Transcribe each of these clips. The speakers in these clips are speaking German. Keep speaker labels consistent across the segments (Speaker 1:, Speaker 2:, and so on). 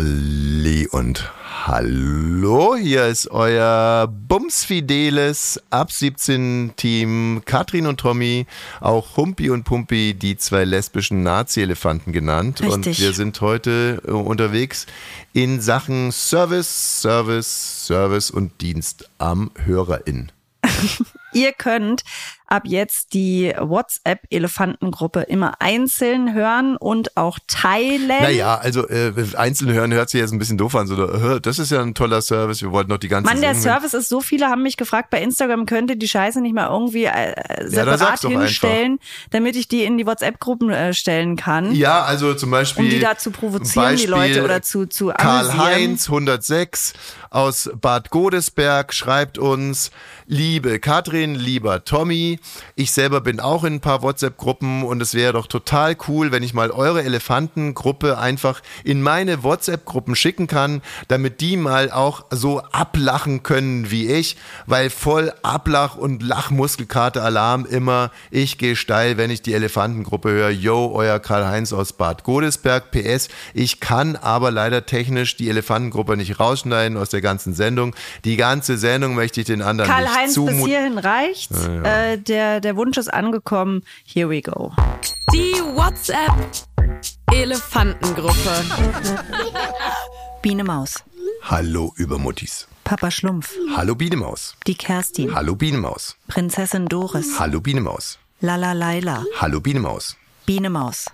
Speaker 1: Halli und hallo, hier ist euer Bumsfideles ab 17 Team Katrin und Tommy, auch Humpi und Pumpi, die zwei lesbischen Nazi-Elefanten genannt. Und
Speaker 2: Richtig.
Speaker 1: wir sind heute äh, unterwegs in Sachen Service, Service, Service und Dienst am HörerIn.
Speaker 2: Ihr könnt ab jetzt die WhatsApp-Elefantengruppe immer einzeln hören und auch teilen.
Speaker 1: Naja, also äh, einzeln hören hört sich jetzt ein bisschen doof an. So, äh, das ist ja ein toller Service, wir wollten noch die ganze
Speaker 2: Mann, der
Speaker 1: Sendung-
Speaker 2: Service ist so, viele haben mich gefragt, bei Instagram könnte die Scheiße nicht mal irgendwie äh, äh,
Speaker 1: Ja, dann sag's
Speaker 2: separat
Speaker 1: doch
Speaker 2: hinstellen, damit ich die in die WhatsApp-Gruppen äh, stellen kann.
Speaker 1: Ja, also zum Beispiel.
Speaker 2: Um die da zu provozieren, die Leute, oder zu- zu amüsieren.
Speaker 1: Karl-Heinz 106 aus Bad Godesberg schreibt uns, liebe Katrin, lieber Tommy, ich selber bin auch in ein paar WhatsApp-Gruppen und es wäre doch total cool, wenn ich mal eure Elefantengruppe einfach in meine WhatsApp-Gruppen schicken kann, damit die mal auch so ablachen können wie ich, weil voll Ablach- und Lachmuskelkater-Alarm immer, ich gehe steil, wenn ich die Elefantengruppe höre. Yo, euer Karl-Heinz aus Bad Godesberg, PS, ich kann aber leider technisch die Elefantengruppe nicht rausschneiden aus der ganzen Sendung. Die ganze Sendung möchte ich den anderen nicht
Speaker 2: Karl-Heinz, bis
Speaker 1: zumuten.
Speaker 2: hierhin reicht's. Äh, der, der Wunsch ist angekommen. Here we go.
Speaker 3: Die WhatsApp Elefantengruppe.
Speaker 2: Biene Maus,
Speaker 1: Hallo Übermuttis.
Speaker 2: Papa Schlumpf,
Speaker 1: Hallo Bienemaus.
Speaker 2: die Kerstin,
Speaker 1: Hallo Bienemaus.
Speaker 2: Prinzessin Doris,
Speaker 1: Hallo Bienemaus.
Speaker 2: Lala Laila,
Speaker 1: Hallo Bienemaus.
Speaker 2: Biene Maus.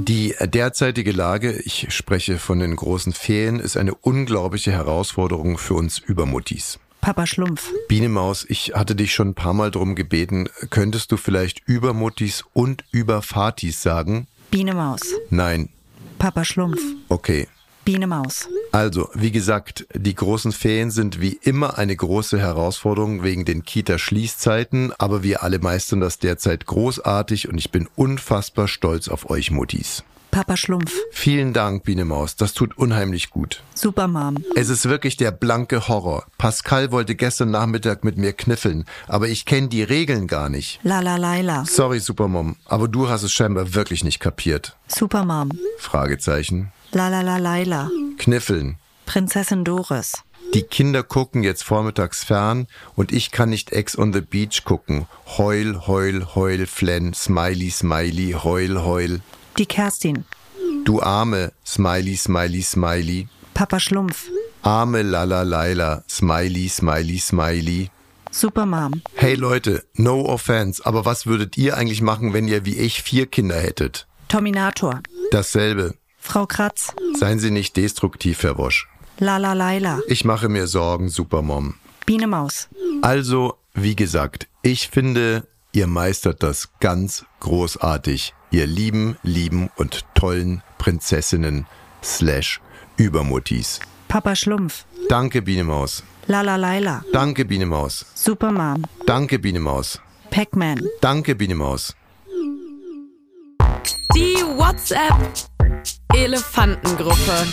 Speaker 1: Die derzeitige Lage, ich spreche von den großen Ferien, ist eine unglaubliche Herausforderung für uns Übermuttis.
Speaker 2: Papa Schlumpf,
Speaker 1: Biene Maus, ich hatte dich schon ein paar Mal drum gebeten, könntest du vielleicht Übermuttis und Überfatis sagen?
Speaker 2: Biene Maus,
Speaker 1: Nein,
Speaker 2: Papa Schlumpf,
Speaker 1: okay.
Speaker 2: Biene Maus.
Speaker 1: Also, wie gesagt, die großen Ferien sind wie immer eine große Herausforderung wegen den Kita-Schließzeiten, aber wir alle meistern das derzeit großartig und ich bin unfassbar stolz auf euch Muttis.
Speaker 2: Papa Schlumpf,
Speaker 1: Vielen Dank, Biene Maus, das tut unheimlich gut.
Speaker 2: Supermom,
Speaker 1: Es ist wirklich der blanke Horror. Pascal wollte gestern Nachmittag mit mir kniffeln, aber ich kenne die Regeln gar nicht.
Speaker 2: Lala Laila,
Speaker 1: Sorry, Supermom, aber du hast es scheinbar wirklich nicht kapiert.
Speaker 2: Supermom,
Speaker 1: Fragezeichen.
Speaker 2: Lala Laila,
Speaker 1: Kniffeln.
Speaker 2: Prinzessin Doris,
Speaker 1: Die Kinder gucken jetzt vormittags fern und ich kann nicht Ex on the Beach gucken. Heul, heul, heul, flenn, smiley, smiley, heul, heul.
Speaker 2: die Kerstin,
Speaker 1: Du Arme, smiley, smiley, smiley.
Speaker 2: Papa Schlumpf,
Speaker 1: Arme, lala, laila, smiley, smiley, smiley.
Speaker 2: Supermom,
Speaker 1: Hey Leute, no offense, aber was würdet ihr eigentlich machen, wenn ihr wie ich vier Kinder hättet?
Speaker 2: Terminator,
Speaker 1: Dasselbe.
Speaker 2: Frau Kratz,
Speaker 1: Seien Sie nicht destruktiv, Herr Wosch.
Speaker 2: Lala Laila,
Speaker 1: Ich mache mir Sorgen, Supermom.
Speaker 2: Biene Maus,
Speaker 1: Also, wie gesagt, ich finde, ihr meistert das ganz großartig. Ihr lieben, lieben und tollen Prinzessinnen slash Übermuttis.
Speaker 2: Papa Schlumpf,
Speaker 1: Danke, Biene Maus.
Speaker 2: Lala Laila,
Speaker 1: Danke, Biene Maus.
Speaker 2: Supermom,
Speaker 1: Danke, Biene Maus.
Speaker 2: Pac-Man,
Speaker 1: Danke, Biene Maus.
Speaker 3: Die WhatsApp Elefantengruppe.